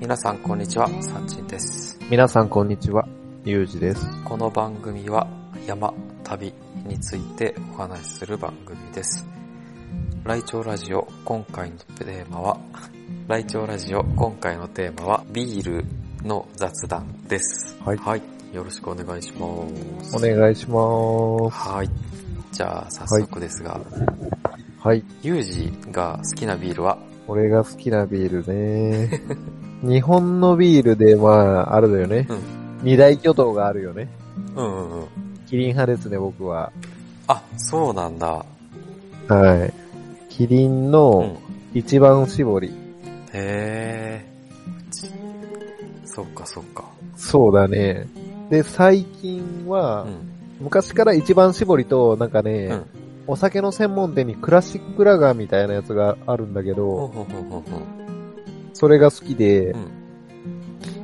皆さんこんにちは、サンチンです。皆さんこんにちは、ゆうじです。この番組は山、旅についてお話しする番組です。ライチョウラジオ、今回のテーマは、ライチョウラジオ、今回のテーマは、ビールの雑談です。はいはい。よろしくお願いします。お願いします。はい。じゃあ、早速ですが、はい。ユージが好きなビールは、俺が好きなビール ね。日本のビールで、まあ、あれだよねう。二大巨頭があるよね。うんうんうん。キリン派ですね、僕は。あ、そうなんだ。はい。キリンうのん。一番搾り。へー。そっかそっか。そうだね。で、最近は、うん。昔から一番搾りと、なんかね、うんお酒の専門店にクラシックラガーみたいなやつがあるんだほけうど、ほうほうほうほう。それが好きで、うん。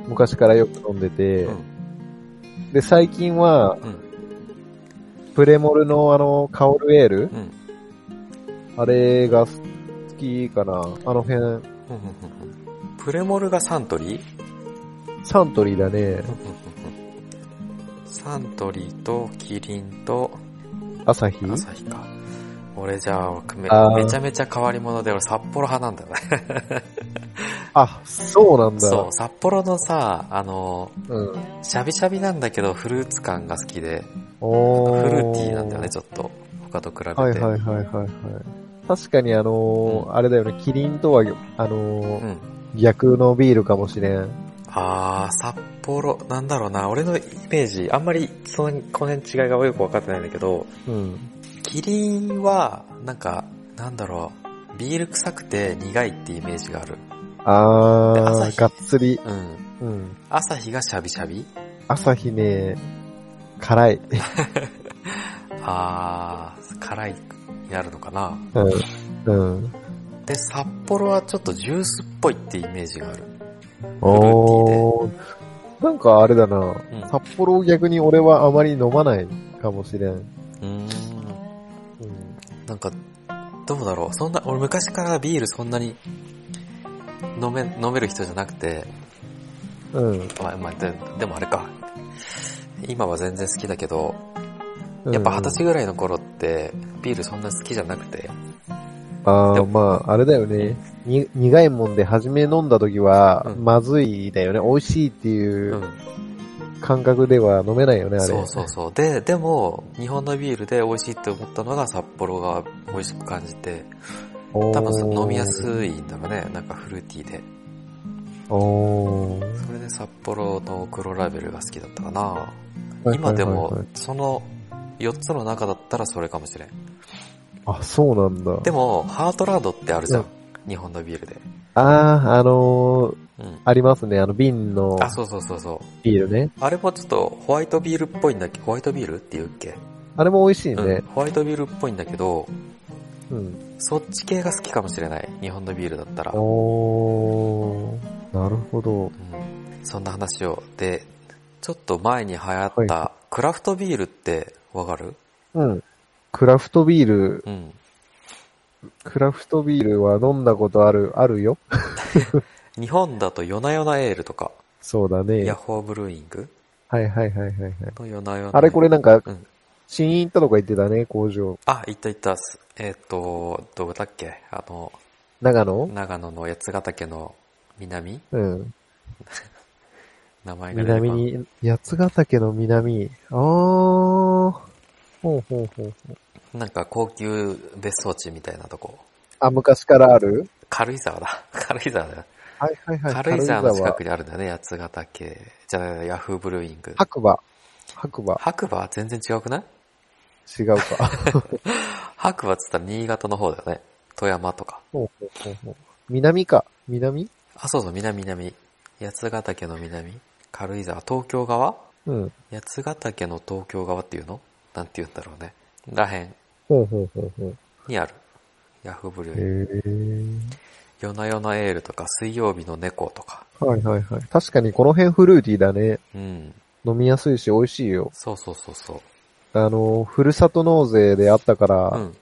昔からよく飲んでて、うん。で、最近は、うん。プレモルのあの、カオルエール、うん。あれが好きかな。あの辺、うんうんうんうんプレモルがサントリーサントリーだね。サントリーとキリンと朝日アサヒか。俺じゃあめあーめちゃめちゃ変わり者で俺札幌派なんだよね。あ、そうなんだ。そう、札幌のさ、あの、うん。シャビシャビなんだけどフルーツ感が好きで、フおルー。ーティーなんだよね、ちょっと。他と比べて。はいはいはいはいはい。確かにあのーうあれだよね、キリンとは、あのーうん。逆のビールかもしれん。あー、札幌、なんだろうな、俺のイメージ、あんまりその、この辺違いがよくわかってないんだけど、うん。キリンは、なんか、なんだろう、ビール臭くて苦いってイメージがある。あで朝ー、日がっつり。うん。うん。朝日がシャビシャビ朝日ね、辛い。あー、辛いになるのかな。うん。うん。で、札幌はちょっとジュースっぽいってイメージがある。おー。なんかあれだな、札幌を逆に俺はあまり飲まないかもしれん。うん。うーん。なんか、どうだろう。そんな、俺昔からビールそんなに飲め、飲める人じゃなくて、うん。まあ、まあ、ででもあれか。今は全然好きだけど、うんやっぱ二十歳ぐらいの頃って、ビールそんな好きじゃなくて。あであ、もまあ、あれだよね。に、苦いもんで初め飲んだ時は、うん。まずいだよね。美味しいっていううん感覚では飲めないよね、あれ。そうそうそう。で、でも、日本のビールで美味しいって思ったのが札幌が美味しく感じて、おー多分飲みやすいんだろうね。なんかフルーティーで。おーそれで札幌の黒ラベルが好きだったかな。はいは今いはいはいでも、その4つの中だったらそれかもしれん。あ、そうなんだ。でも、ハートラードってあるじゃんうん。日本のビールで。ああ、あのーうん。ありますね。あの、瓶のあ、そうそうそうそう。ビールね。あれもちょっとホワイトビールっぽいんだけど、ホワイトビールって言うっけ、あれも美味しいうんね。ホワイトビールっぽいんだけど、うん。そっち系が好きかもしれない。日本のビールだったら。うおーなるほど。ん、そんな話を。で、ちょっと前に流行った、クラフトビールってわかるうん。クラフトビール、うん。クラフトビールは飲んだことある、あるよ。日本だとヨナヨナエールとか、そうだね。ヤッホーブルーイングはいはいはいはいはい。のヨナヨナ。あれこれなんかうん、死因行ったとか言ってたね、工場。あ、いったいった。すえっ、と、どこだっけあの、長野長野の八ヶ岳の南うん。名前が出てこない南に、八ヶ岳の南。あー。ほうほうほうほう。なんか高級別荘地みたいなとこ。あ、昔からある軽井沢だ。 軽井沢だよ。はいはいはい。軽井沢の近軽くにあるんだよね。八ヶ岳。じゃあ、ヤフーブルーイング。白馬。白馬。白馬は全然違うくない違うか。白馬っつったら新潟の方だよね。富山とか。ほうほうほうほう。南か。南あ、そうそう、南南。八ヶ岳の南。軽井沢。東京側うん。八ヶ岳の東京側っていうのなんて言うんだろうね。らへんほうほうほうほう。にある。ヤフーブルーイング。へー。夜な夜なエールとか、水曜日の猫とか。はいはいはい。確かにこの辺フルーティーだね。うん。飲みやすいし美味しいよ。そうそうそうそう。あの、ふるさと納税であったかうら、ん。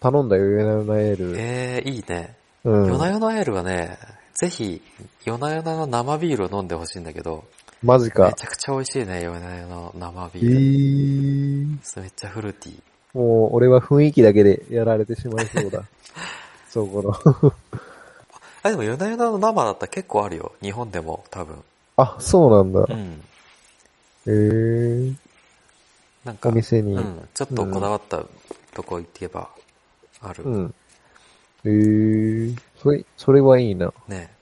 頼んだよ、ヨナヨナエール。えー、いいね。う夜んな。夜なエールはね、ぜひ、夜な夜なの生ビールを飲んでほしいんだけど、マジめか。ちゃくちゃ美味しいね、夜な夜なの生ビえール。ー、そうめっちゃフルーティー。もう俺は雰囲気だけでやられてしまいそう だ。そこの。あ、でも夜な夜なの生だったら結構あるよ。日本でも、多分。あ、そうなんだう。ん。えー、なんか、お店に。う、うんちょっとこだわったとこ行けば、ある。ん。えー、それ、それはいいな。ね、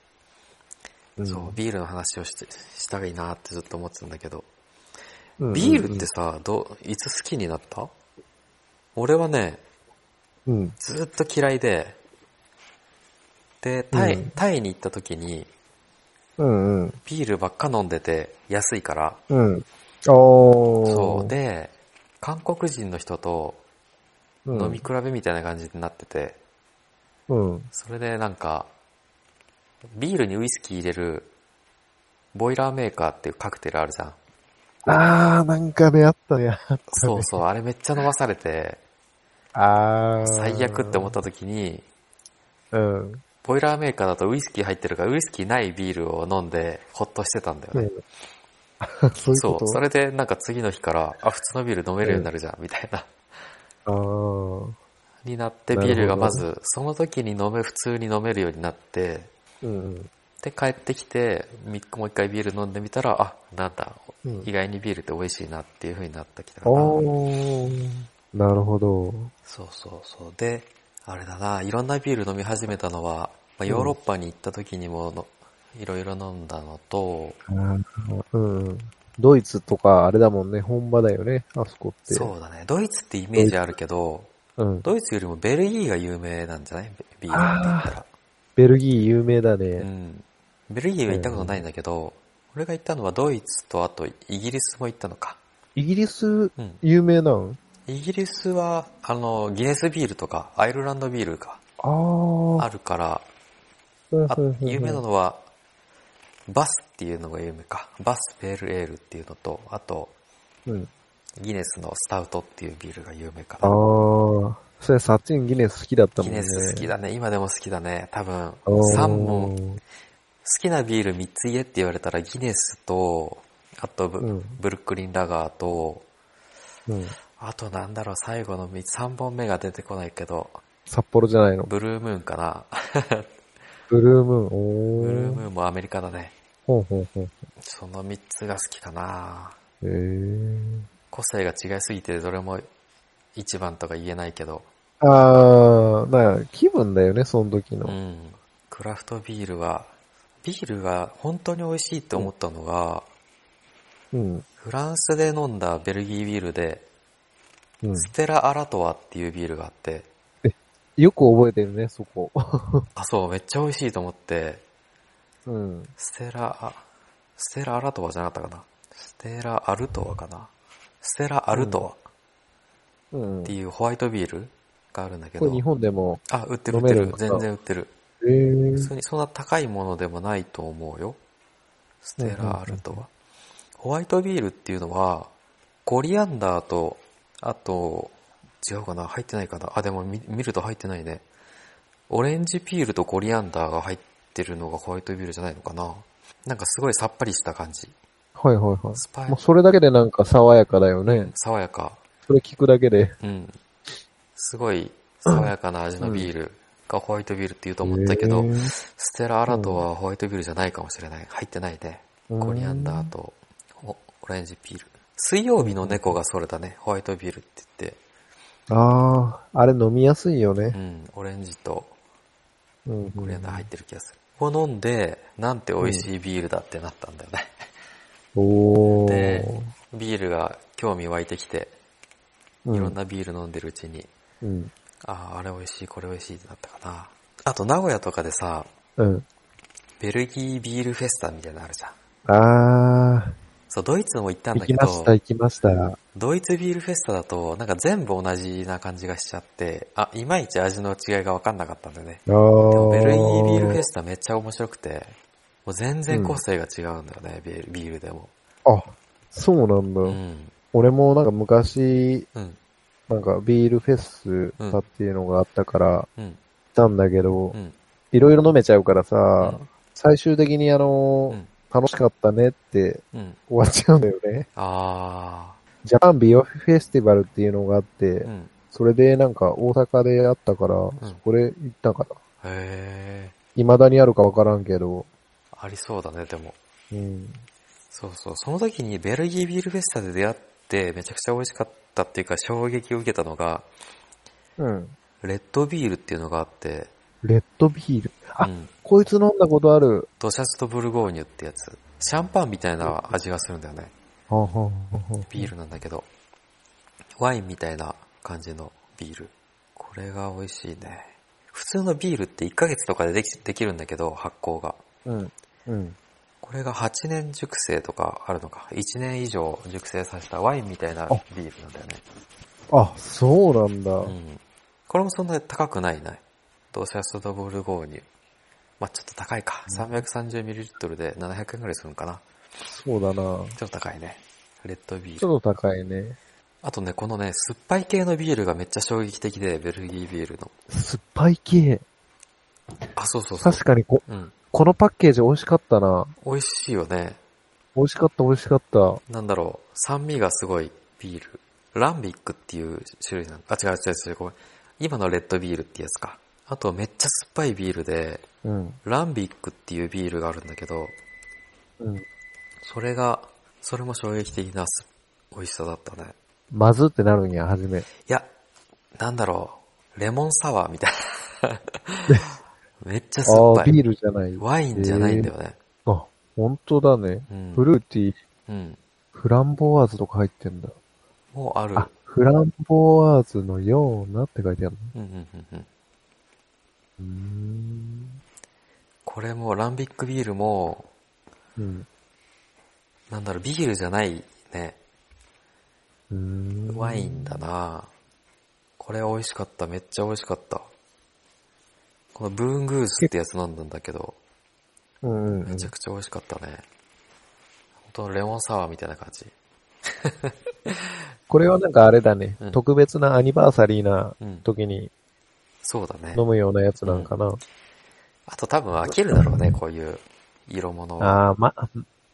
うんそう、ビールの話をして、したらいいなってずっと思ってたんだけど、うんビールってさ、どう、いつ好きになった俺はね、うん。ずっと嫌いで、で、タイ、うんタイに行った時に、うんうん。ビールばっか飲んでて安いから、うん。おー。そう、で、韓国人の人とうん、飲み比べみたいな感じになってて、うん。それでなんか、ビールにウイスキー入れる、ボイラーメーカーっていうカクテルあるじゃん。あー、なんかね、あったね、あった。そうそう、あれめっちゃ飲まされて、あー。最悪って思った時に、うん。ボイラーメーカーだとウイスキー入ってるから、ウイスキーないビールを飲んで、ほっとしてたんだようね。ん。あそういうそことう、それでなんか次の日から、あ、普通のビール飲めるようになるじゃん、みたいな。あー。になって、なるほビどールがまず、その時に飲め、普通に飲めるようになって、うん。で、帰ってきて、みもう一回ビール飲んでみたら、あ、なんだ、うん意外にビールって美味しいなっていう風になってきたかな。おー。なるほど。そうそうそう。で、あれだな、いろんなビール飲み始めたのは、まあ、ヨーロッパに行った時にもの、いろいろ飲んだのと、うん。ドイツとか、あれだもんね、本場だよね、あそこって。そうだね、ドイツってイメージあるけど、う。うん。ドイツよりもベルギーが有名なんじゃないビビールって言ったら。ベルギー有名だね。うん。ベルギーは行ったことないんだけど、俺が行ったのはドイツとあとイギリスも行ったのか。イギリス、うん。有名なんイギリスは、あの、ギネスビールとか、アイルランドビールがあー。あるから、うんあうんうん有名なのは、バスっていうのが有名か。バスペールエールっていうのと、あと、うん。ギネスのスタウトっていうビールが有名かあな。ー。それ、サチンギネス好きだったもギんね。ネス好きだね。今でも好きだね。多分、おー。 3本、好きなビール3つ言えって言われたら、ギネスと、あとブ、うんブルックリンラガーと、うん。あとなんだろう、最後の3本目が出てこないけど、札幌じゃないの。ブルームーンかな。ブルームーン。おブー。ルームーンもアメリカだね。ほうほうほう。その3つが好きかな。へー。個性が違いすぎてどれも一番とか言えないけど、あー、まあ、気分だよね、その時の。うん。クラフトビールは、ビールが本当に美味しいって思ったのが、うん。フランスで飲んだベルギービールで、うん。ステラ・アラトワっていうビールがあって、よく覚えてるね、そこ。あ、そう、めっちゃ美味しいと思って、うん。ステラ、あステラ・アラトワじゃなかったかな。ステラ・アルトワかな。ステラ・アルトうん。ワってこいうホワイトビールがあるんだけれど日、本でも。あ、売ってる売って飲めるんるで。す全か然売ってる。えー普通にそんな高いものでもないと思うよ。ステラ・アルトは。ホワイトビールっていうのは、コリアンダーと、あと、違うかな入ってないかなあ、でも見見ると入ってないね。オレンジピールとコリアンダーが入ってるのがホワイトビールじゃないのかななんかすごいさっぱりした感じ。はいはいはスパい。イもうそれだけでなんか爽やかだよね。爽やか。それ聞くだけで。うん。すごい爽やかな味のビールがホワイトビールって言うと思ったけど、へーステラ・アラトはホワイトビールじゃないかもしれない。入ってないね。うんコリアンダーとおオレンジピール。水曜日の猫がそれだね。ホワイトビールって言っあー、あれ飲みやすいよて。うね。ん、オレンジとうん。コリアンダー入ってる気がする。ここ飲んで、なんて美味しいビールだってなったんだよね。おでー。、ビールが興味湧いてきて、うんいろんなビール飲んでるうちに、うん。ああ、あれ美味しい、これ美味しいってなったかな。あと名古屋とかでさ、うん。ベルギービールフェスタみたいなのあるじゃん。あそう、ドイツも行ったー、ん行だきけまど、した、行きました。ドイツビールフェスタだと、なんか全部同じな感じがしちゃって、あ、いまいち味の違いが分かんなかったんだよね。あーでもベルギービールフェスタめっちゃ面白くて、もう全然個性が違うんだよね、ビールビールでも。あ、そうなんだ。うん。俺もなんか昔、うん。なんかビールフェスだっていうのがあったから、行うん。ったんだけどう、ん。いろいろ飲めちゃうからさ、最終的にあのーうん楽しかったねってうん。終わっちゃうんだよね。あジャパン美容フェスティバルっていうのがあって、ー。うん。それでなんか大阪であったから、んこれ行ったかな。へえ。未だにあるかわからんけど、ありそうだね、でも。うん。そうそう。その時にベルギービールフェスタで出会って、めちゃくちゃ美味しかったっていうか、衝撃を受けたのが、うん。レッドビールっていうのがあって、レッドビール。あ、うん。こいつ飲んだことある。ドシャツとブルゴーニュってやつ。シャンパンみたいな味がするんだよね。はんはんはんはんビールなんだけど。ワインみたいな感じのビール。これが美味しいね。普通のビールって1ヶ月とかでできできるんだけど、発酵が。うん。うん。これが8年熟成とかあるのか。1年以上熟成させたワインみたいなあビールなんだよね。あ、そうなんだ。うん。これもそんなに高くないな。ドシャツとブルゴーニュ。まあちょっと高いか。330ml で700円くらいするのかな。そうだな。ちょっと高いね。レッドビーちル。ょっと高いね。あとね、このね、酸っぱい系のビールがめっちゃ衝撃的で、ベルギービールの。酸っぱい系。あ、そうそうそう。確かにこ、うん。このパッケージ美味しかったな。美味しいよね。美味しかった美味しかった。なんだろう。酸味がすごいビール。ランビックっていう種類なの。あ、違う違う違う。ごめん。今のレッドビールってやつか。あとめっちゃ酸っぱいビールで、うん。ランビックっていうビールがあるんだけど、うん。それが、それも衝撃的なす美味しさだったね。まずってなるんや、はじめ。いや、なんだろう。レモンサワーみたい な。めっちゃ酸っあぱあ、ビい。ールじゃない。ワインじゃないんだよね。あ、本当だね。うんフルーティー、うん。フランボワーズとか入ってんだ。もうある。あ、フランボワーズのようなって書いてあるのうんうんうんうん。うーん。これもランビックビールも、うん。なんだろう、ビールじゃないね。うーんワインだなこれ美味しかった。めっちゃ美味しかった。このブーングースってやつなんだけど、うん、うんめちゃくちゃ美味しかったね。本当レモンサワーみたいな感じ。これはなんかあれだね、うん特別なアニバーサリーなうん。時にそうだね飲。むようなやつなんかな。あと多分飽きるだろうね、こういう色物は。ああ、ま、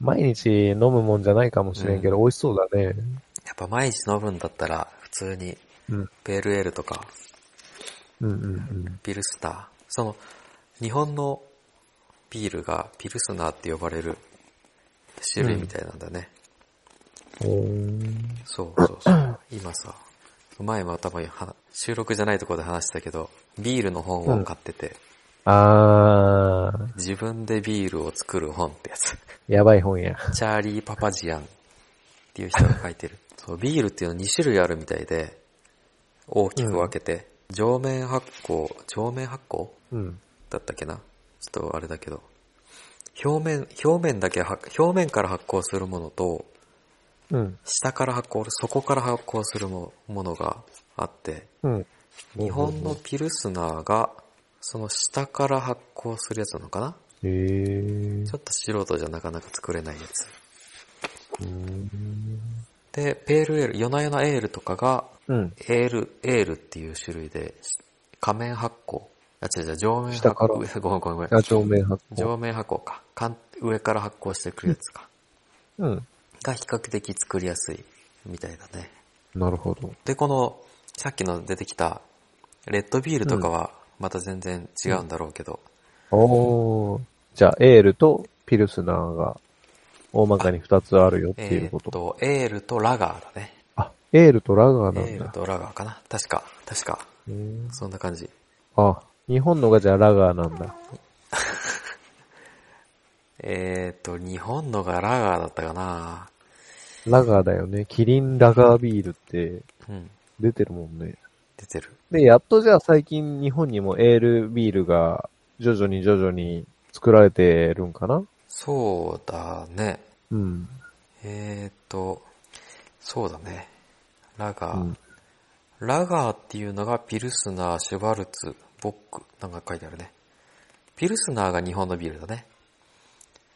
毎日飲むもんじゃないかもしれんけど、美味しそうだね。やっぱ毎日飲むんだったら、普通にうん。ベールエールとか、うんうんうん。ピルスナー。その、日本のビールがピルスナーって呼ばれる種類みたいなんだね。おーそうそうそう。今さ、前も多分は収録じゃないところで話したけど、ビールの本を買ってて、あー、自分でビールを作る本ってやつ。やばい本や。チャーリー・パパジアンっていう人が書いてる。そう、ビールっていうの2種類あるみたいで、大きく分けて、上面発酵、上面発酵うん。だったっけなちょっとあれだけど。表面、表面だけ発、表面から発酵するものと、うん。下から発酵、底から発酵するもものがあって、うん。日本のピルスナーが、その下から発酵するやつなのかなへーちょっと素人じゃなかなか作れないやつ。うーん。で、ペールエール、夜な夜なエールとかが、うん。エール、エールっていう種類で、仮面発酵。あ、違う違う、上面発下から酵。ごめんごめんごめん。あ、上面発酵。上面発酵か。かん上から発酵してくるやつか。うん。が比較的作りやすいみたいだね。なるほど。で、この、さっきの出てきた、レッドビールとかは、また全然違うんだろうけど、おー。じゃあ、エールとピルスナーが、大まかに二つあるよっていえうーこっと。と、エールとラガーだね。あ、エールとラガエーなんールだ。とラガーかな。確か、確か、うーんそんな感じ。あ、日本のがじゃあラガーなんだ。えーっと、日本のがラガーだったかなラガーだよね。キリンラガービールってうん、出てるもんね。出てる。で、やっとじゃあ最近日本にもエールビールが徐々に徐々に作られてるんかなそうだね。うん。えーっと、そうだね。ラうガー。ん。ラガーっていうのがピルスナー、シュバルツ、ボック、なんか書いてあるね。ピルスナーが日本のビールだね。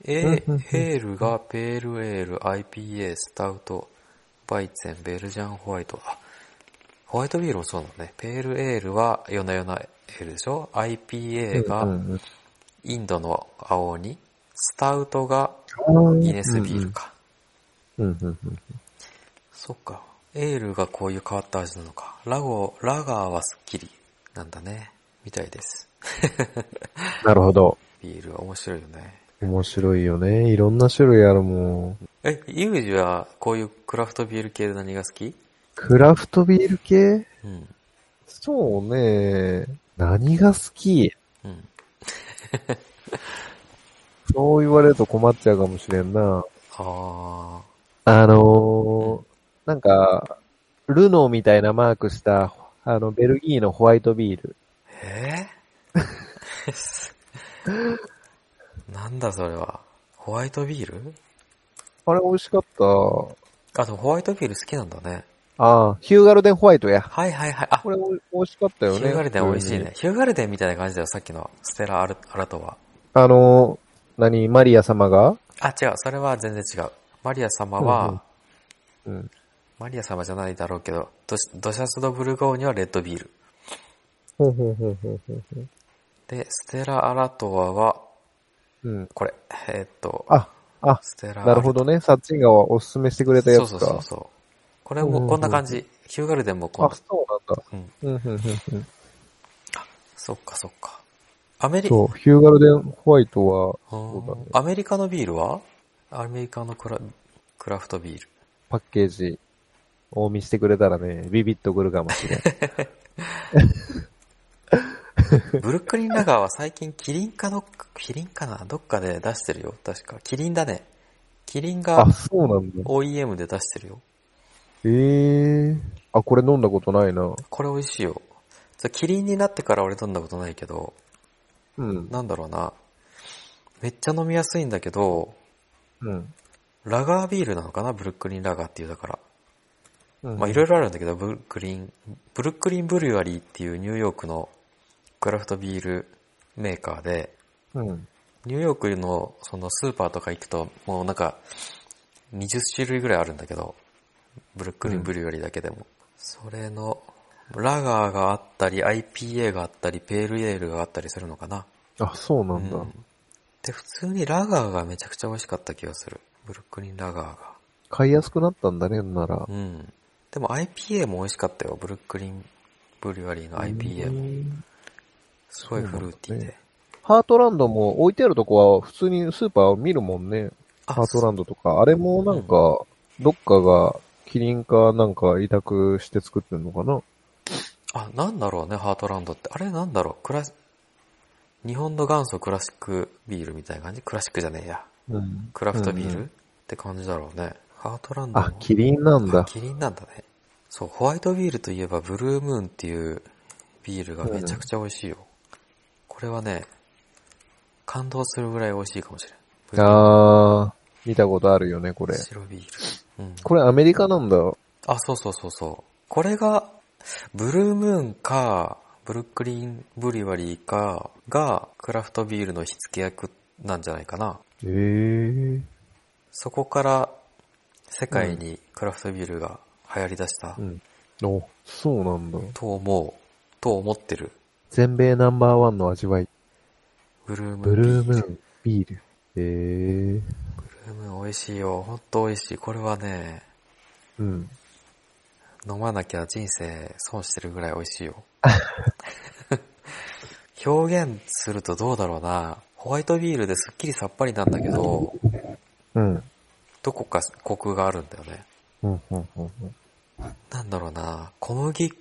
えうんうんうんエールがペールエール、IPA、スタウト、バイツェン、ベルジャンホワイト。あ、ホワイトビールもそうなんだね。ペールエールは夜な夜なエールでしょ ?IPA うがんインドの青鬼、スタウトがイネスビールか。うんうんうん。そっか。エールがこういう変わった味なのか。ラゴ、ラガーはスッキリなんだね。みたいです。なるほど。ビールは面白いよね。面白いよね。いろんな種類あるもん。え、ユージはこういうクラフトビール系で何が好きクラフトビール系うん。そうね。何が好きうん。そう言われると困っちゃうかもしれんな。ああのー、なんか、ルノーみたいなマークした、あの、ベルギーのホワイトビール。ー。え ー、なんだそれは。ホワイトビールあれ美味しかった。あ、でもホワイトビール好きなんだね。ああ、ヒューガルデンホワイトや。はいはいはい。あこ、れおい美味しかったよね。ヒューガルデン美味しいね。。ヒューガルデンみたいな感じだよ、さっきのステラアルアラトは。あのー、何、マリア様があ、違う、それは全然違う。マリア様うんうんは、うん。マリア様じゃないだろうけど、ドシドシャスドブルゴーニュはレッドビール。ほうほうほうほうほうほで、ステラ・アラトワは、う。うん。これ、えーっと、あ、あ、ステラ・なるほどね。サッチンガはおすすめしてくれたやつか。そうそうそうそう。これうんうんうもんこんな感じ。ヒューガルデンもこんあ、そううん。なんだ。うん、うん、うんうん。そっかそっか。アメリ、そう、ヒューガルデンホワイトは、あーそうだねアメリカのビールはアメリカのクラクラフトビ ール。パッケージを見せてくれたらね、ビビッとくるかもしれん。ブルックリンラガーは最近キリンかどっか、キリンかなどっかで出してるよ。確か。キリンだね。キリンが あ、そうなんだ。 OEM で出してるよ。ええあ、これ飲んだことないな。これ美味しいよ。それキリンになってから俺飲んだことないけど、うん。なんだろうな。めっちゃ飲みやすいんだけど、うん。ラガービールなのかなブルックリンラガーっていうだから。うんまあいろいろあるんだけど、ブルックリン、ブルックリンブリュアリーっていうニューヨークのクラフトビールメーカーで、うん。ニューヨークのそのスーパーとか行くと、もうなんか、20種類ぐらいあるんだけど、ブルックリンブリュアリーだけでも。それの、ラガーがあったり、IPA があったり、ペールエールがあったりするのかな。あ、そうなんだ。うんで、普通にラガーがめちゃくちゃ美味しかった気がする。ブルックリンラガーが。買いやすくなったんだね、ならう。ん。でも IPA も美味しかったよ。ブルックリンブリュアリーの IPA も。も。すごいフルーティーそうなんだでね。ハートランドも置いてあるとこは普通にスーパーを見るもんね。あハートランドとか。あれもなんか、どっかがキリンかなんか委託して作ってんのかなあ、なんだろうね、ハートランドって。あれなんだろう、クラシ、日本の元祖クラシックビールみたいな感じクラシックじゃねえや。うん。クラフトビール、うんうっんて感じだろうね。ハートランドもあ、キリンなんあだ。キリンなんだね。そう、ホワイトビールといえばブルームーンっていうビールがめちゃくちゃ美味しいよ。これはね、感動するぐらい美味しいかもしれん。ブルーあー、見たことあるよね、これ。白ビール。うん。これアメリカなんだ。あ、そうそうそうそう。これが、ブルームーンか、ブルックリンブリュワリーか、が、クラフトビールの火付け役なんじゃないかな。えー。そこから、世界にクラフトビールが流行り出したう、ん。お、そうなんだ。と思う、と思ってる。全米ナンバーワンの味わい。ブルームーン。ブルームビールンビール。えブルームーン美味しいよ。ほんと美味しい。これはね、ー。うん。飲まなきゃ人生損してるぐらい美味しいよ。表現するとどうだろうな。ホワイトビールですっきりさっぱりなんだけど、うん。どこかコクがあるんだよね。うん、うん、うん。うんなんだろうな。小麦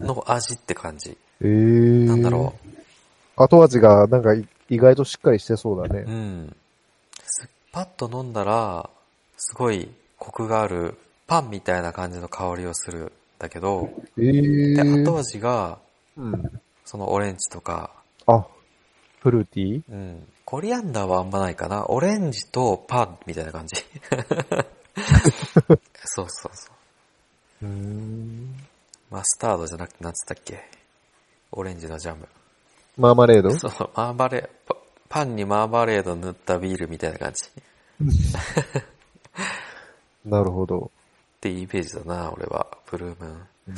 の味って感じ。えー。なんだろう。後味が、なんかい、意外としっかりしてそうだう。うね。ん。すパッと飲んだら、すごいコクがあるパンみたいな感じの香りをするんだけど、えー。で、後味が、うん。そのオレンジとか、あ、フルーティーうん。コリアンダーはあんまないかな。オレンジとパンみたいな感じ。そうそうそう。うーん。マスタードじゃなくて、なんつったっけオレンジのジャム。マーマレードそう、マーバレパ、パンにマーバレード塗ったビールみたいな感じ。っなるほど。てイメージだな、俺は。ブルームーン。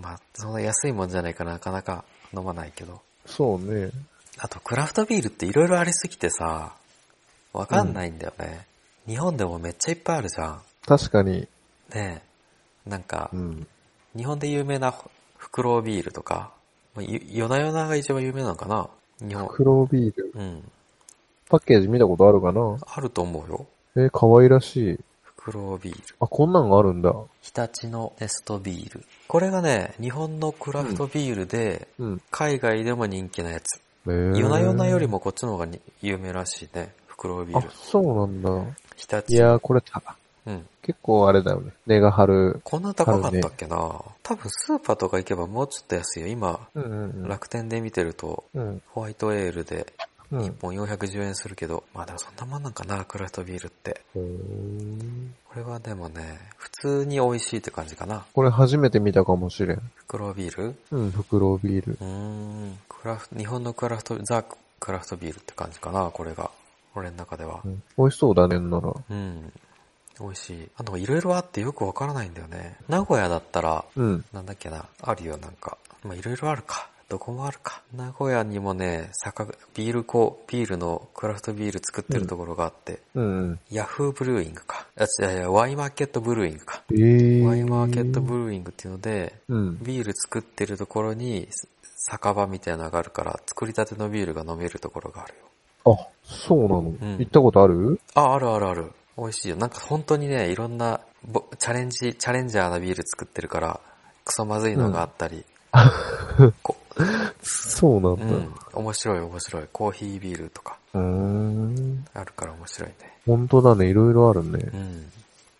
まあ、そんな安いもんじゃないからなかなか飲まないけど。そうね。あと、クラフトビールって色々ありすぎてさ、わかんないんだよね、日本でもめっちゃいっぱいあるじゃん。確かに。ねえ。なんかう、ん。日本で有名なフクロウビールとか、まあ、ゆ夜な夜なが一番有名なのかな日本。黒ビール。うん。パッケージ見たことあるかなあると思うよ。えー、可愛らしい。フクロウビール。あ、こんなんがあるんだ。日立のネストビール。これがね、日本のクラフトビールで、うん。海外でも人気なやつ。えー夜な夜なよりもこっちの方がに有名らしいね。フクロウビーあル、。そうなんだ。日立。いやー、これ、たうん。結構あれだよね。値が張る。こんな高かったっけな、多分スーパーとか行けばもうちょっと安いよ。今、うんうん楽天で見てると、うん。うん。ホワイトエールでうん。 1本410円するけど、まあでもそんなもんなんかな、クラフトビールって。へーこれはでもね、普通に美味しいって感じかな。これ初めて見たかもしれん。フクロウビールうん、袋ビール。うーん、クラフ日本のクラフト、ザ・クラフトビールって感じかな、これが。俺の中ではう。ん、美味しそうだね、んなら。うん。美味しい。あの、いろいろあってよくわからないんだよね。名古屋だったら、うん。なんだっけな、あるよ、なんか。まあ、いろいろあるか。どこもあるか。名古屋にもね、酒、ビールこう、ビールのクラフトビール作ってるところがあって、うんうん。ヤフーブルーイングか。あ、違う違う、ワイマーケットブルーイングか。えー。ワイマーケットブルーイングっていうので、うん。ビール作ってるところに酒場みたいなのがあるから、作りたてのビールが飲めるところがあるよ。あ、そうなの、ん行ったことあるあ、あるあるある。美味しいよ。なんか本当にね、いろんなぼチャレンジ、チャレンジャーなビール作ってるから、クソまずいのがあったり、こそうなんうだ。ん、面白い面白い。コーヒービールとかうーん。あるから面白いね。本当だね、いろいろあるねう。ん。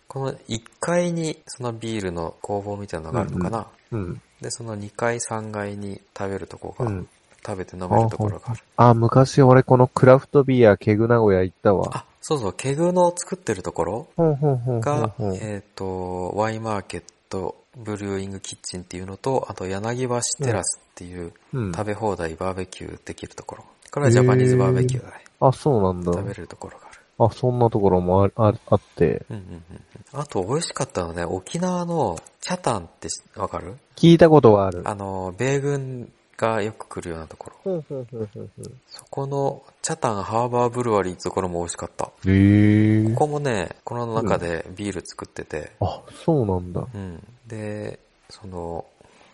この1階にそのビールの工房みたいなのがあるのかな、うん。で、その2階3階に食べるとこうが、ん。食べて飲めるところがある。あ、昔俺このクラフトビア、ケグ名古屋行ったわ。あ、そうそう、ケグの作ってるところほんほんほんほんが、ほん。えっ、と、ワイマーケット、ブルーイングキッチンっていうのと、あと、柳橋テラスっていう、うん。食べ放題バーベキューできるところ。これはジャパニーズバーベキューだね。あ、そうなんだ。食べれるところがある。あ、そんなところもあああって。うんうんうんうん。あと、美味しかったのね、沖縄のチャタンってしわかる聞いたことはある。あの、米軍がよく来るようなところ。ほんほんほんほんほん。そこの、チャタンハーバーブルワリーってところも美味しかった。へーここもね、この中でビール作ってて、あ、そうなんだ。うん。で、その、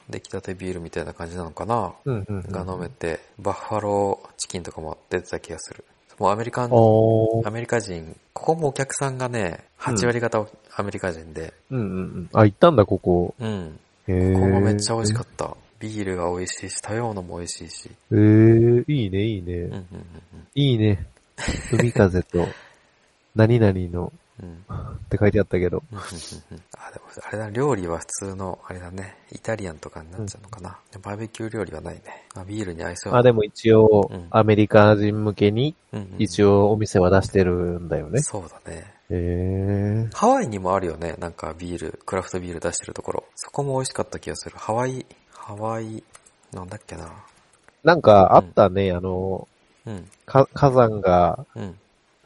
出来たてビールみたいな感じなのかな、うんうんうん。が飲めて、バッファローチキンとかも出てた気がする。もうアメリカンあ、ーアメリカ人、ここもお客さんがね、うん8割方アメリカ人で、うんうんうん。あ、行ったんだ、ここ。うん。へーここもめっちゃ美味しかった。ビールが美味しいし、食べ物も美味しいし。えー、いいね、いいね。うんうんうんいいね。海 風と、何々の、うん。うん。って書いてあったけど。うんうんうんあ、でも、あれだ、料理は普通の、あれだね、イタリアンとかになっちゃうのかな。バーベキュー料理はないね。あビールに合いそうあ、でも一応うん、アメリカ人向けに、うんうんうん一応お店は出してるんだよね。そうだね。へえ。ハワイにもあるよね。なんかビール、クラフトビール出してるところ。そこも美味しかった気がする。ハワイ、ハワイ、なんだっけな。なんか、あったね、あの、うん、か火山がうん。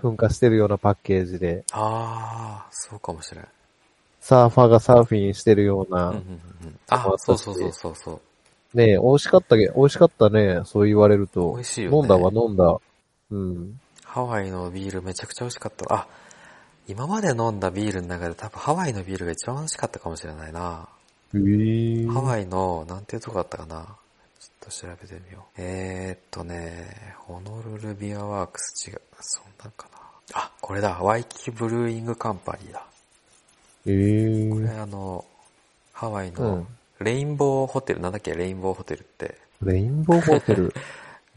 噴火してるようなパッケージで、あー、そうかもしれん。サーファーがサーフィンしてるよううん、うんな、、うん。あ、そうそうそうそうそう。ねえ美味しかったけ、美味しかったね、そう言われると。美味しいよね飲んだわ、飲んだ。うん。ハワイのビールめちゃくちゃ美味しかった。あ、今まで飲んだビールの中で多分ハワイのビールが一番美味しかったかもしれないな。へえ。ハワイの、なんていうとこだったかな。ちょっと調べてみよう。えー、っとね、ホノルルビアワークス違う。そんなんかな。あ、これだ。ワイキキブルーイングカンパニーだ。こへれえ。あの、ハワイうのんレインボーホテル、なんだっけ、レインボーホテルって。レインボーホ テル。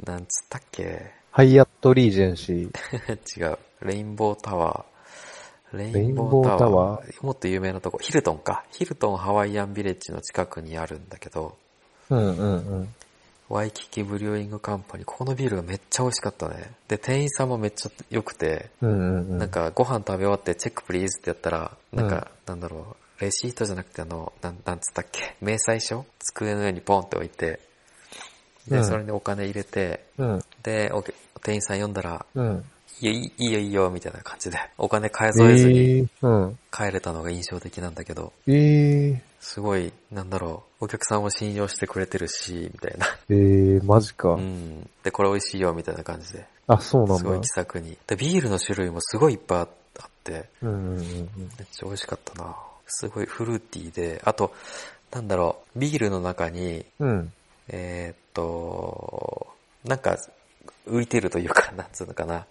なんつったっけ ハイアットリージェンシー。違う。レインボータワー。レインボータイワーンボータもっと有名なとこ。ヒルトンか。ヒルトンハワイアンビレッジの近くにあるんだけど、うんうんうん。ワイキキブリューイングカンパニー、ここのビールがめっちゃ美味しかったね。で、店員さんもめっちゃ良くて、うんうんうん。なんかご飯食べ終わってチェックプリーズってやったら、なんか、なんだろう、レシートじゃなくてあの、なん、なんつったっけ、明細書机の上にポンって置いて、うで、んそれにお金入れて、うん。で、お客店員さん呼んだら、うん。いや、いいいいよいいよ、みたいな感じで、お金返されずにえーうん。帰れたのが印象的なんだけど、えー、すごい、なんだろう、お客さんを信用してくれてるし、みたいな。えー、マジか。うん。で、これ美味しいよ、みたいな感じで。あ、そうなんすごいだ気。さくに。で、ビールの種類もすごいいっぱいあって、うんうんうんうん。めっちゃ美味しかったな。すごいフルーティーで、あと、なんだろう、ビールの中に、うん。えーっと、なんか、浮いてるというか、 なんつうのかな。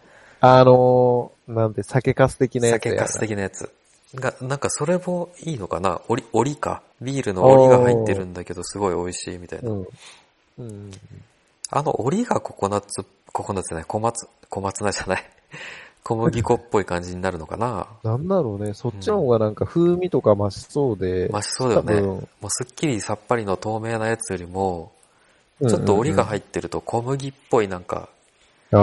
あのー、なんて、酒粕的なやつ酒やな。粕的なやつ。が、なんかそれもいいのかな折り、折りか。ビールの折りが入ってるんだけど、すごい美味しいみたいな。うん。うん。あの折りがココナッツ、ココナッツじゃない、小松、小松菜じゃない。小麦粉っぽい感じになるのかななんだろうね、そっちの方がなんか風味とか増しそうで。まあそうだよね。多も分うすっきりさっぱりの透明なやつよりも、ちょっと折りがっ入ってると小麦っぽいなんか、て、あ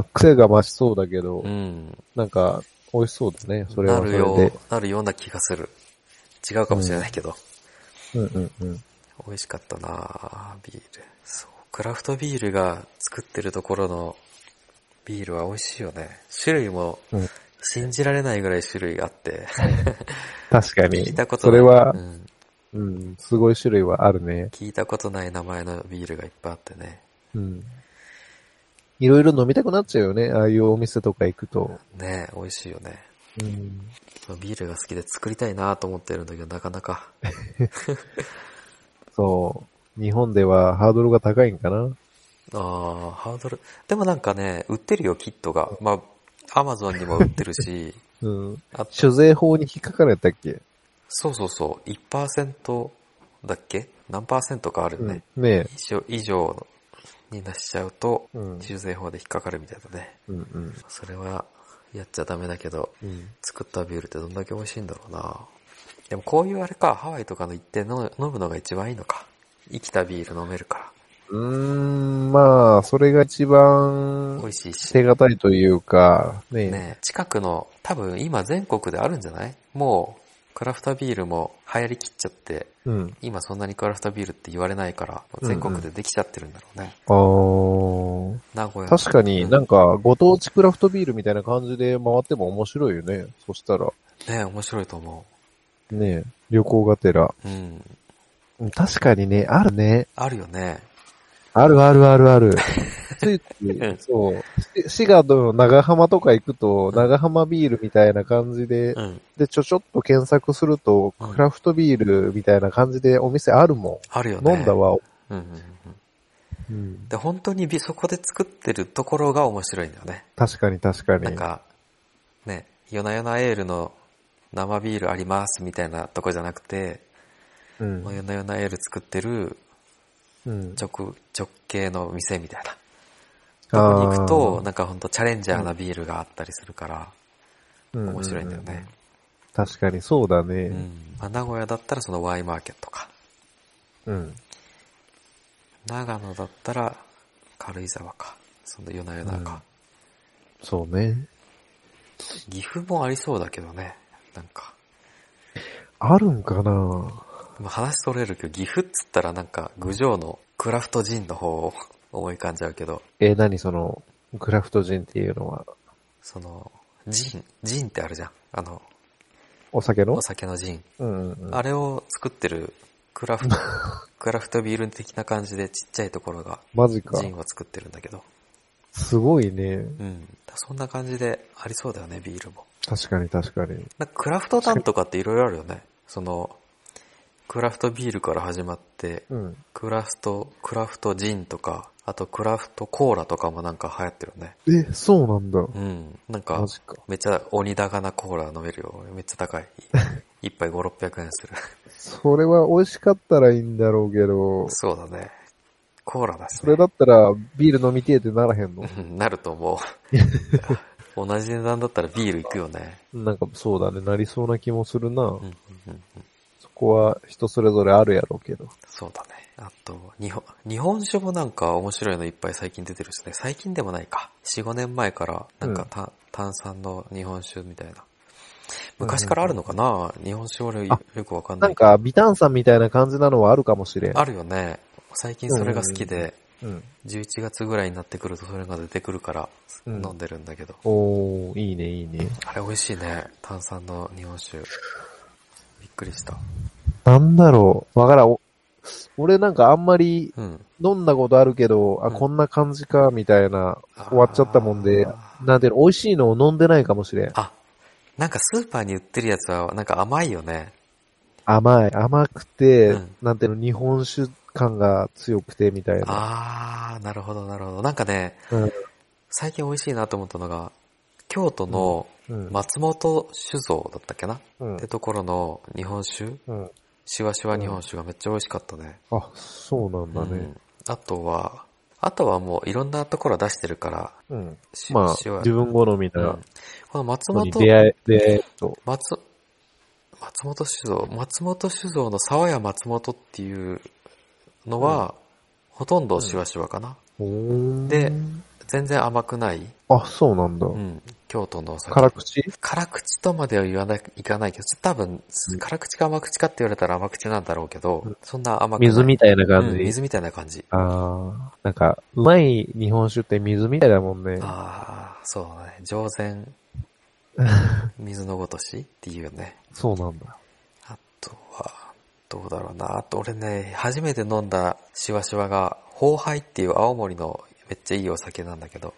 ー、癖が増しそうだけどう、ん、なんか、美味しそうですね、それはなそるれで。よう、なるような気がする。違うかもしれないけど。うんうんうん。美味しかったなぁビール。そう、クラフトビールが作ってるところのビールは美味しいよね。種類もうん信じられないぐらい種類があって、確かに。聞いたことそないれはう、んうん、すごい種類はあるね。聞いたことない名前のビールがいっぱいあってね。うん。いろいろ飲みたくなっちゃうよね、ああいうお店とか行くと。ねえ美味しいよね。うん。ビールが好きで作りたいなと思ってるんだけど、なかなか。そう。日本ではハードルが高いんかなああ、ハードル。でもなんかね、売ってるよ、キットが。まあ、アマゾンにも売ってる し、うん。あ酒税法に引っかかるやったっけそうそうそう、1%だっけ何パーセントかあるよね。うん。ねえ。一応以上に出しちゃうと、うん。修正法で引っかかるみたいだね。うんうん。それは、やっちゃダメだけど、うん。作ったビールってどんだけ美味しいんだろうなでもこういうあれか、ハワイとかの行っての飲むのが一番いいのか。生きたビール飲めるかうーん、まあ、それが一ら。番美味しいし捨。てがたいというか、ねえ。ね、近くの、多分今全国であるんじゃないもう、クラフトビールも流行りきっちゃって、うん。今そんなにクラフトビールって言われないから、全国でできちゃってるんだろうね。あー。名古屋確かになんか、ご当地クラフトビールみたいな感じで回っても面白いよね。そしたら。ね、面白いと思ねえ。旅行がてら。う。うん。うん確かにね、あるね。あるよね。あるあるあるある。 ついつうんい、そう。し滋賀の長浜とか行くと、長浜ビールみたいな感じで、うん。で、ちょちょっと検索すると、うんクラフトビールみたいな感じでお店あるもあるよん。ね。飲んだ。わ。うんうんうん。うんで、本当にびそこで作ってるところが面白いんだよね。確かに確かに。なんか、ね、夜な夜なエールの生ビールありますみたいなとこじゃなくて、うんもう夜な夜なエール作ってるうん直、直系の店みたいな。とこに行くと、なんかほんとチャレンジャーなビールがあったりするから、あー面白いんだよね。。ううう確かにそうだうね。ん。まあ、名古屋だったらそのワイマーケットか。うん。長野だったら軽井沢か。その夜な夜なか。そうね。岐阜もありそうだけどね。なんか。あるんかなまあ話それるけど、岐阜っつったらなんか、郡上のクラフトジンの方を思い浮かんじゃうけど、え、何その、クラフトジンっていうのは、その、ジン、ジンってあるじゃん。あの、お酒のお酒のジン。うんうんうん。あれを作ってるクラフト、クラフトビール的な感じでちっちゃいところがマジかジ。ンを作ってるんだけど。すごいね。うん。だそんな感じでありそうだよね、ビールも。確かに確かに。なんかクラフトなんとかっていろいろあるよね。その、クラフトビールから始まって、うん。クラフト、クラフトジンとか、あとクラフトコーラとかもなんか流行ってるよね。え、そうなんだ。うん。なんマか、ジか。めっちゃ鬼高なコーラ飲めるよ。めっちゃ高 い。一杯5、600円する。それは美味しかったらいいんだろうけど、そうだね。コーラだし、ね。それだったらビール飲みてえってならへんのうんなると思 う。同じ値段だったらビールいくよね。なんかそうだね、なりそうな気もするなうん。うんうんうん、そこは人それぞれあるやろうけど。そうだね。あと、日本、日本酒もなんか面白いのいっぱい最近出てるしね。最近でもないか。4、5年前から、なんかうんた、炭酸の日本酒みたいな。昔からあるのかな、日本酒俺よあくわかんなないんけど。か、微炭酸みたいな感じなのはあるかもしれん。あるよね。最近それが好きで、うん。 11月ぐらいになってくるとそれが出てくるからうん飲んでるんだけど。おー、いいね、いいね。あれ美味しいね。炭酸の日本酒。びっくりした。なんだろう。わからん。お俺なんかあんまりうん。飲んだことあるけど、あ、うんこんな感じか、みたいな、終わっちゃったもんであ、ーなんていうの、美味しいのを飲んでないかもしれん。あ、なんかスーパーに売ってるやつはなんか甘いよね。甘い、甘くて、うんなんていうの、日本酒感が強くて、みたいな。あー、なるほどなるほど。なんかね、うん最近美味しいなと思ったのが、京都のうん。松本酒造だったっけな、うんってところの日本酒うん。しわしわ日本酒がめっちゃ美味しかったね。あ、そうなんだうね。んあとは、あとはもういろんなところ出してるから、うん。しましあ、わ自分好みう、なんこの松のに本出会え、出会えと。松、松本酒造、松本酒造の沢屋松本っていうのは、ほとんどしわしわかな。で、全然甘くない、あ、そうなんだ。うん、京都のお酒。辛口辛口とまでは言わない、いかないけど、多分、辛口か甘口かって言われたら甘口なんだろうけど、そんな甘くない。水みたいな感うんじ。水みたいな感じ。あー、なんか、うまい日本酒って水みたいだもんね。ああ、そうだね。上 善、水のごとしっていうよね。そうなんだ。あとは、どうだろうな。あと俺ね、初めて飲んだシワシワが、ホーハイっていう青森のめっちゃいいお酒なんだけど、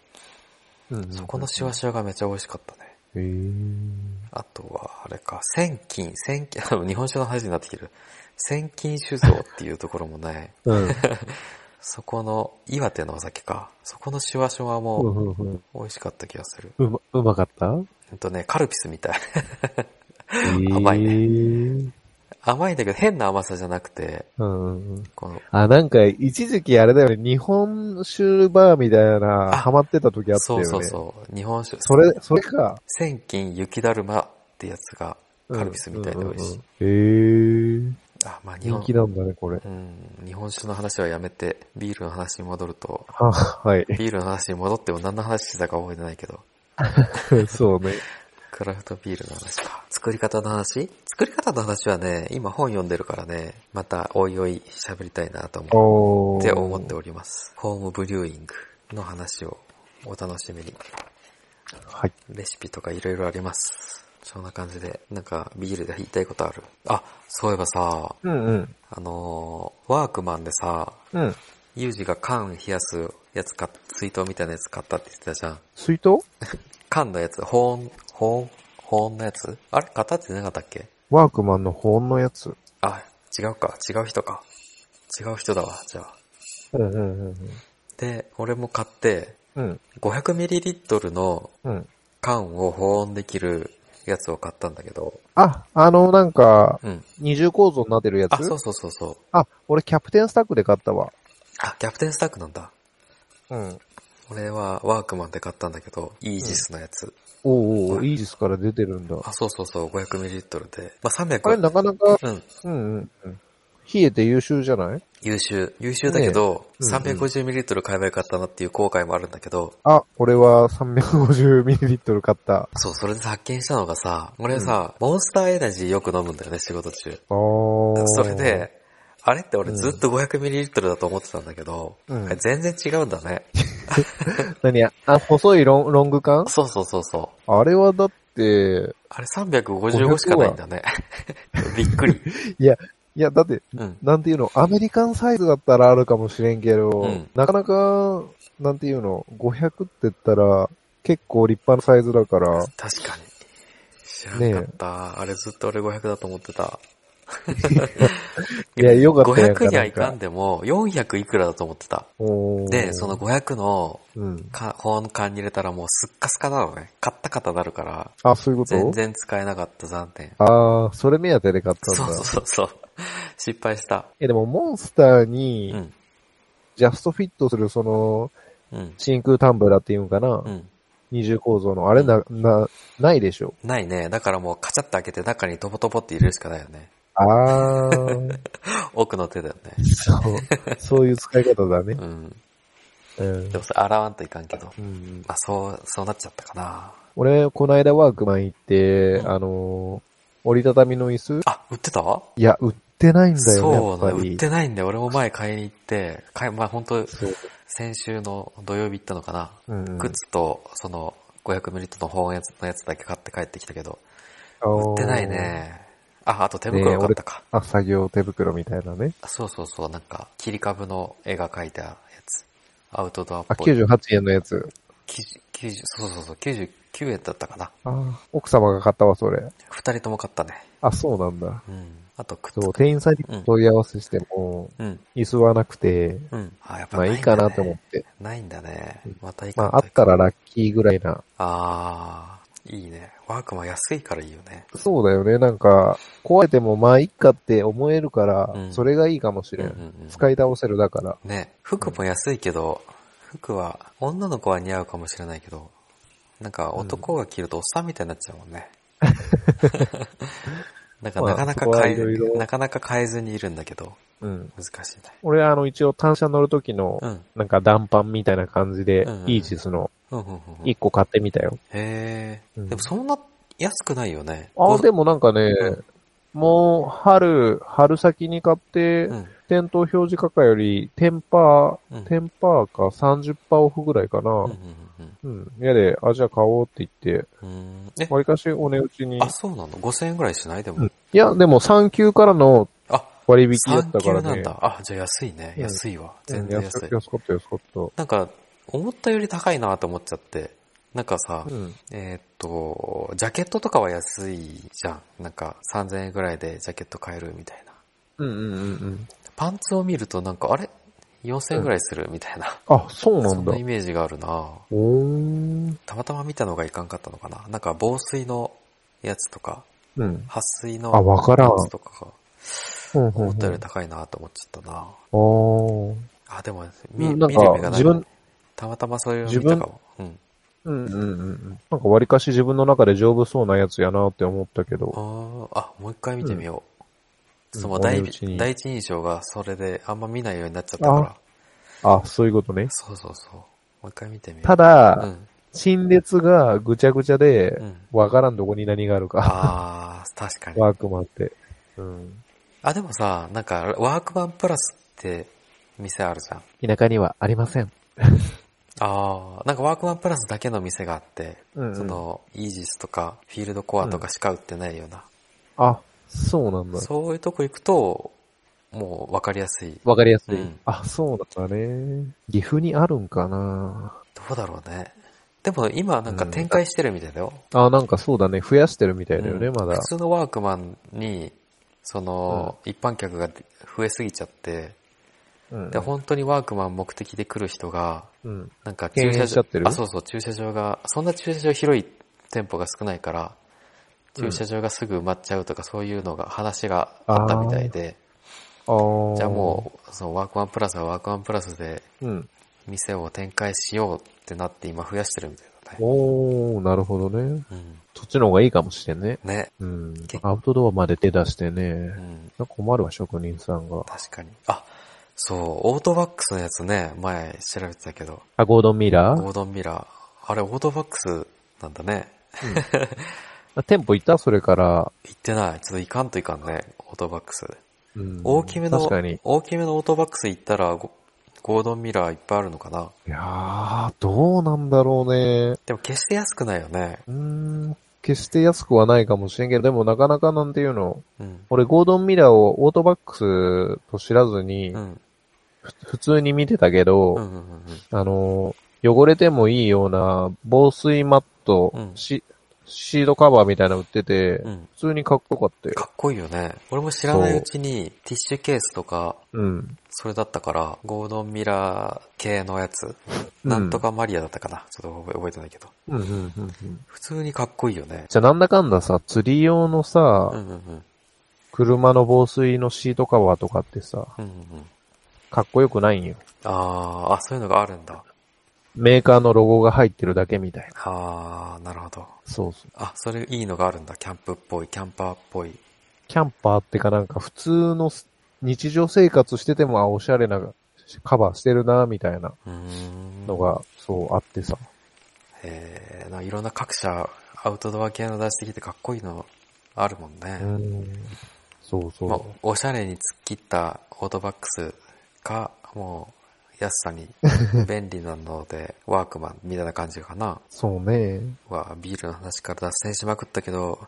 うんそこのシワシワがめっちゃ美味しかったね。 へーあとは、あれか、千金、千金、あの日本酒の話になってきてる。千金酒造っていうところもね、うん。そこの、岩手のお酒か。そこのシワシワうもんうんうん美味しかった気がする。うま、うまかったほんとね、カルピスみたい。 甘甘いねね。甘いんだけど変な甘さじゃなくて、うんうん。この、あ、なんか、一時期あれだよね、日本酒バーみたいな、あハマってた時あったそよね。うそうそう、日本酒、それ、それか。千金雪だるまってやつがカルピスみたいで美味しい。うんうんうん。へーあ、まあ日人本気、なんだね、これ。うん、日本酒の話はやめて、ビールの話に戻ると、は、 はい。ビールの話に戻っても何の話してたか覚えてないけど、そうね。クラフトビールの話か。作り方の話作り方の話はね、今本読んでるからね、またおいおい喋りたいなと思おって思っておおります。ホームブリューイングの話をお楽しみに。はい。レシピとかいろいろあります。そんな感じで、なんかビールで言いたいことある。あ、そういえばさ、うんうん。あのーワークマンでさ、うん。ユージが缶冷やすやつ買っ水筒みたいなやつ買ったって言ってたじゃん。水筒缶のやつ、保温、保温、保温のやつあれ買ったって言ってなかったっけワークマンの保温のやつ。あ、違うか、違う人か。違う人だわ、じゃあ。うんうんうんで、俺も買って、うん。うん。 500ml のうん。缶を保温できるやつを買ったんだけど、あ、あの、なんか、うん。二重構造になってるやつあ、そうそうそうそう。あ、俺キャプテンスタックで買ったわ。あ、キャプテンスタックなんだ。うん。俺はワークマンで買ったんだけど、イージスのやつ。おうおう、イージスから出てるんだ。あ、そうそうそう、500ml で。まあ、あれ300。なかなか、うん。うんうんうん。冷えて優秀じゃない優秀。優秀だけど、ねえうんうん 350ml 買えばよかったなっていう後悔もあるんだけど、あ、俺は 350ml 買った。そう、それで発見したのがさ、俺さ、モンスターエナジーよく飲むんだよね、仕事中。あ ー。それ、で、あれって俺ずっと 500ml だと思ってたんだけど、うんあれ全然違うんだね。何や、あ、細いロンロング缶そうそうそうそう。あれはだって、あれ355しかないんだ ね。びっくり。いや、いや、だって、うん。なんていうの、アメリカンサイズだったらあるかもしれんけど、うんなかなか、なんていうの、500って言ったら、結構立派なサイズだから、確かに。知らなかった。あれずっと俺500だと思ってた。 いやよかったやんか500にはいかんでも、400いくらだと思ってた。おーで、その、500のうん。か保温缶に入れたらもうすっかすかなのね。カッタカタなるから、あ、そういうこと全然使えなかった残念。ああ、それ目当てで買ったんだ。そうそうそうそう。失敗した。え、でも、モンスターにう、ん。ジャストフィットする、その、うん。真空タンブラーっていうんかな、うん。二重構造の、あれな、な、ないでしょ。ないね。だからもうカチャって開けて中にトボトボって入れるしかないよね。あー、奥の手だよね。そう、 そういう使い方だねう。ん。うんで。もそれ洗わんといかんけど。うん、まあそう、そうなっちゃったかな。俺、この間ワークマン行って、うんあのー折りたたみの椅子あ、売ってたいや、売っってないんだそようね、だやよ売っぱっり。てないんだよ。俺も前買いに行って、買い、まあ本当そう。先週の土曜日行ったのかな。うん靴と、その、500ml の本やつのやつだけ買って帰ってきたけど、売売ってない。ね。あ、あと手袋買ったか。あ、作業手袋みたいなね。あそうそうそう、なんか、切り株の絵が描いたやつ。アウトドアっあ、ぽい。 98円のやつ。 90 90そうそうそう、99円だったかな。あ奥様が買ったわ、それ。二人とも買ったね。あ、そうなんだ。うん。あと、靴そう、店員さんに問い合わせしても、うん。椅子はなくて、うん。あ、やっぱまなあいいいんかだ、ね、なと思って。ないんだね。またいいかまなあ、あったらラッキーぐらいな。あー、いいね。ワークマン安いからいいよね。そうだよね、なんか、壊れてもまあ、いっかって思えるから、うんそれがいいかもしうれ。んうんんうん。使い倒せるだから。ね、服も安いけど、服は、女の子は似合うかもしれないけど、なんか男が着るとおっさんみたいになっちゃうもん ね。なんかまなかあなかそこは変え、いろいろなかなか変えずにいるんだけど、うん。難しいね。俺、あの、一応、単車乗るときのう、ん。なんか、断板みたいな感じでうんう、んイージスのうんうんうんうん。 1個買ってみたよ。へえ、うんでもそんな安くないよね。あ、でも、もなんかね、うもう、春、春先に買って、うん。店頭表示価格より、テンパうー、んテンパーか30%オフぐらいかな。うんうんうん。やで、あ、じゃあ買おうって言って、うんうん。うーんえ、わりかしお値打ちに。あ、そうなの ?5000 円ぐらいしないでも。うんいや、でも3級からのあ、割引だっ3たか級らなんね。だ。あ、じゃあ安いね。うん安いわ。うん全然安い。安かった、安かっなんか、思ったより高いなと思っちゃって。なんかさた。、うん。えーっと、ジャケットとかは安いじゃん。なんか3000円ぐらいでジャケット買えるみたいな。うんうんうんうん。パンツを見るとなんか、あれ ?4000 円ぐらいするみたいな。あ、そうなそんんだなイ。メージがあるなおー。たまたま見たのがいかんかったのかな。なんか防水のやつとか、うん。撥水のあわからんやつとかが、うんうん思ったようりん。高いなと思っちゃったな。おー。あ、でも、見見うんるなん目がなか、い。自分、たまたまそういうの見たかも。うん。うんうんうんうん。なんか、割かし自分の中で丈夫そうなやつやなって思ったけあど。ーあ、もう一回見てみよう。うんそのうん第俺のうちに一第一印象がそれであんま見ないようになっちゃったからあ。あ、そういうことね。そうそうそう。もう一回見てみよう。たうだ、ん。陳列がぐちゃぐちゃでう、ん。わからんどこに何があるか。ああ、確かに。ワークマンって。うん。あ、でもさ、なんか、ワークマンプラスって店あるじゃん。田舎にはありません。ああ、なんかワークマンプラスだけの店があって、うんうんその、イージスとか、フィールドコアとかしか売ってないような、あ、そうなんだ。そういうとこ行くと、もう分かりやすい。わかりやすい。うんあ、そうなんだね。岐阜にあるんかなどうだろうね。でも今なんか展開してるみたいだよ。あ、なんかそうだね。増やしてるみたいだよね、うんまだ普。通のワークマンに、その、一般客が増えすぎちゃって、うんで、。本当にワークマン目的で来る人が、うん。なんか敬駐遠車しちゃ場って、るあ、そうそう、駐車場が、そんな駐車場広い店舗が少ないから、うん駐車場がすぐ埋まっちゃうとか、そういうのが、話があったみたいで、あーじゃあもう、そのワークマンプラスはワークマンプラスでう。うん。店を展開しようってなって今増やしてるみたいだね。おー、なるほどね。うん。そっちの方がいいかもしれんね。ね。うん結。構アウトドアまで手出してうね。ん。なんか困るわ、職人さんが。確かに。あ、そう、オートバックスのやつね、前調べてたけど、あ、ゴードンミラーゴードンミラー。あれ、オートバックスなんだね。あ店舗行ったそれから。行ってない。ちょっと行かんといかんね、オートバックス。うん大きめの、確かに。い大きめのオートバックス行ったらゴ、ゴードンミラーいっぱいあるのかなやー、どうなんだろうね。でも決して安くないよね。うーん。決して安くはないかもしれんけど、でもなかなかなんていうの、うん。俺、ゴードンミラーをオートバックスと知らずに、うん。ふ普通に見てたけど、うんうんうんうん。あの、汚れてもいいような防水マット、うんシシードカバーみたいなの売ってて、うん普通にかっこよかったよ。かっこいいよね。俺も知らないうちにティッシュケースとか、うん。それだったから、ゴードンミラー系のやつ、なんとかマリアだったかな。ちょっと覚えてないけど。うんうんうんうん。普通にかっこいいよね。じゃあなんだかんださ、釣り用のさ、うんうんうん。車の防水のシートカバーとかってさ、うんうんうん。かっこよくないんよ。あー、あ、そういうのがあるんだ。メーカーのロゴが入ってるだけみたいな。あー、なるほど。そうそう。あ、それいいのがあるんだ。キャンプっぽい、キャンパーっぽい。キャンパーってかなんか普通のす日常生活してても、あ、おしゃれなカバーしてるな、みたいなうーん。のが、そう、あってさ。えー、なんかいろんな各社、アウトドア系の出してきてかっこいいのあるもんね。うん。そうそう。まあ、おしゃれに突っ切ったオートバックスか、もう、安さに便利なので、 ワークマンみたいな感じかな。そうね。は、ビールの話から脱線しまくったけ ど、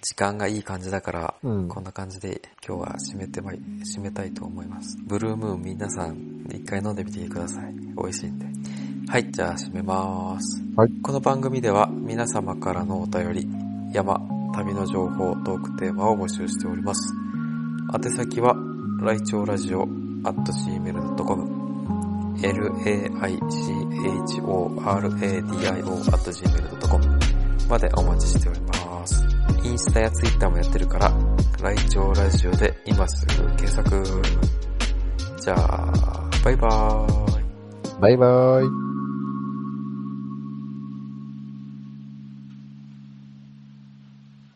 時間がいい感じだから、うんこんな感じで今日は締めてまい、締めたいと思います。ブルームーン皆さん、一回飲んでみてください。美味しいんで。はい、じゃあ締めます。はいこの番組では皆様からのお便り、山、旅の情報、トークテーマを募集しております。宛先は、来庁ラジオ、at gmail.com、laichoradio、at gmail.com までお待ちしております。インスタやツイッターもやってるから、来庁ラジオで今すぐ検索。じゃあ、バイバーイ。バイバーイ。